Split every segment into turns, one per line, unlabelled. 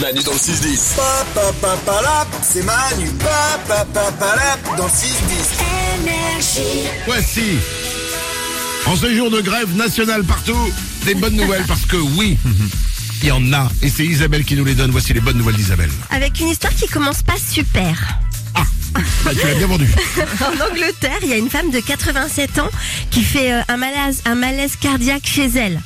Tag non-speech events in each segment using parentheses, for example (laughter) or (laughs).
Manu dans le 6-10.
Pa, pa, pa, pa, la, c'est Manu. Pa, pa, pa, pa, la, dans le 6-10.
Voici, en ce jour de grève nationale partout, des bonnes nouvelles parce que oui, il y en a. Et c'est Isabelle qui nous les donne. Voici les bonnes nouvelles d'Isabelle.
Avec une histoire qui commence pas
(laughs)
super.
Bah, tu l'as bien vendu.
En Angleterre, il y a une femme de 87 ans qui fait euh, un malaise, un malaise cardiaque chez elle.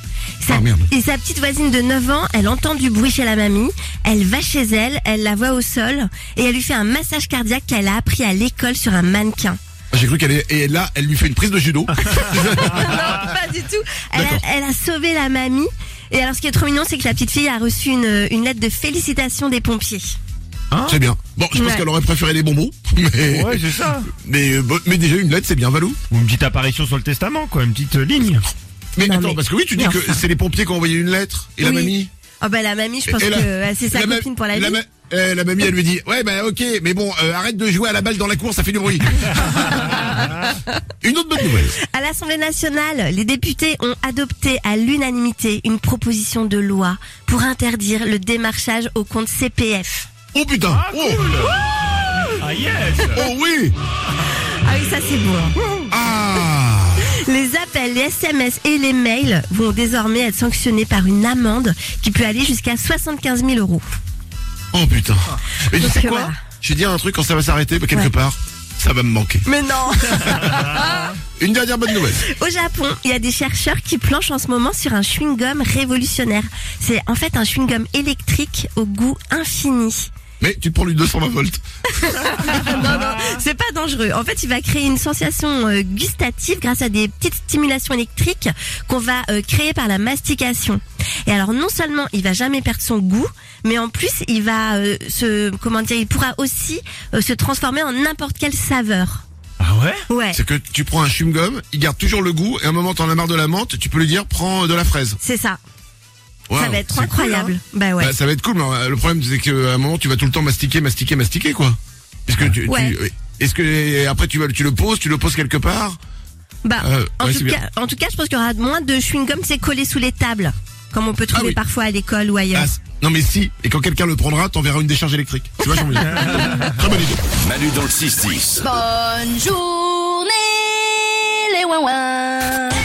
Sa-
Ah, merde.
et sa petite voisine de 9 ans, elle entend du bruit chez la mamie, elle va chez elle, elle la voit au sol et elle lui fait un massage cardiaque qu'elle a appris à l'école sur un mannequin.
J'ai cru qu'elle est. Et là, elle lui fait une prise de judo.
Ah. (laughs) non, pas du tout. Elle
Ah. D'accord.
a, elle a sauvé la mamie. Et alors ce qui est trop mignon, c'est que la petite fille a reçu une, une lettre de félicitations des pompiers.
C'est bien. Bon, je pense
Ouais.
qu'elle aurait préféré les bonbons. (laughs) Mais,
Ouais, c'est ça.
mais, euh, bon, mais déjà, une lettre, c'est bien, Valou.
Ou une petite apparition sur le testament, quoi, une petite euh, ligne.
Mais
Non,
attends,
mais-
parce que oui, tu dis
mais
que c'est les pompiers qui ont envoyé une lettre. Et la
Oui.
mamie
Oh bah la mamie, je pense
Et
que
la-
euh, c'est sa
la ma-
copine pour la vie.
la ma- euh, la mamie, elle lui dit Ouais, bah ok, mais bon, euh, arrête de jouer à la balle dans la cour, ça fait du bruit.
(laughs)
une autre bonne nouvelle.
À l'Assemblée nationale, les députés ont adopté à l'unanimité une proposition de loi pour interdire le démarchage au compte CPF.
Oh putain oh,
Ah yes
oh oui
Ah oui, ça c'est beau. hein.
Ah
Les appels, les SMS et les mails vont désormais être sanctionnés par une amende qui peut aller jusqu'à 75 000 euros.
Oh putain Mais tu
Donc,
sais quoi
voilà.
Je vais dire un truc quand ça va s'arrêter, bah, quelque
Ouais.
part, ça va me manquer.
Mais non
Une dernière bonne nouvelle.
(laughs) Au Japon, il y a des chercheurs qui planchent en ce moment sur un chewing-gum révolutionnaire. C'est en fait un chewing-gum électrique au goût infini.
Mais tu te prends lui 220 volts.
Non, non, (laughs) c'est pas dangereux. En fait, il va créer une sensation euh, gustative grâce à des petites stimulations électriques qu'on va euh, créer par la mastication. Et alors, non seulement il va jamais perdre son goût, mais en plus, il va euh, se, comment dire, il pourra aussi euh, se transformer en n'importe quelle saveur.
Ah ouais
Ouais.
C'est que tu prends un chewing-gum, il garde toujours le goût, et à un moment t'en as marre de la menthe, tu peux lui dire prends euh, de la fraise.
C'est ça.
Waouh,
ça va être
c'est
incroyable.
cool,
Bah
hein.
ouais.
Bah, ça va être cool, mais euh, le problème c'est qu'à un moment tu vas tout le temps mastiquer, mastiquer, mastiquer quoi. Est-ce que tu, tu-
Ouais.
est-ce que euh, après tu vas tu le poses, tu le poses quelque part
Bah,
Euh,
en,
ouais, c'est
tout
bien.
cas, en tout cas, je pense qu'il y aura moins de chewing-gum c'est collé sous les tables, comme on peut trouver
Ah oui.
parfois à l'école ou ailleurs.
Ah, c- Non mais si, et quand quelqu'un le prendra, t'enverras une décharge électrique. Tu vois, j'en veux dire.
(laughs)
Très bonne idée.
Manu dans le 6-10.
Bonne journée, les ouin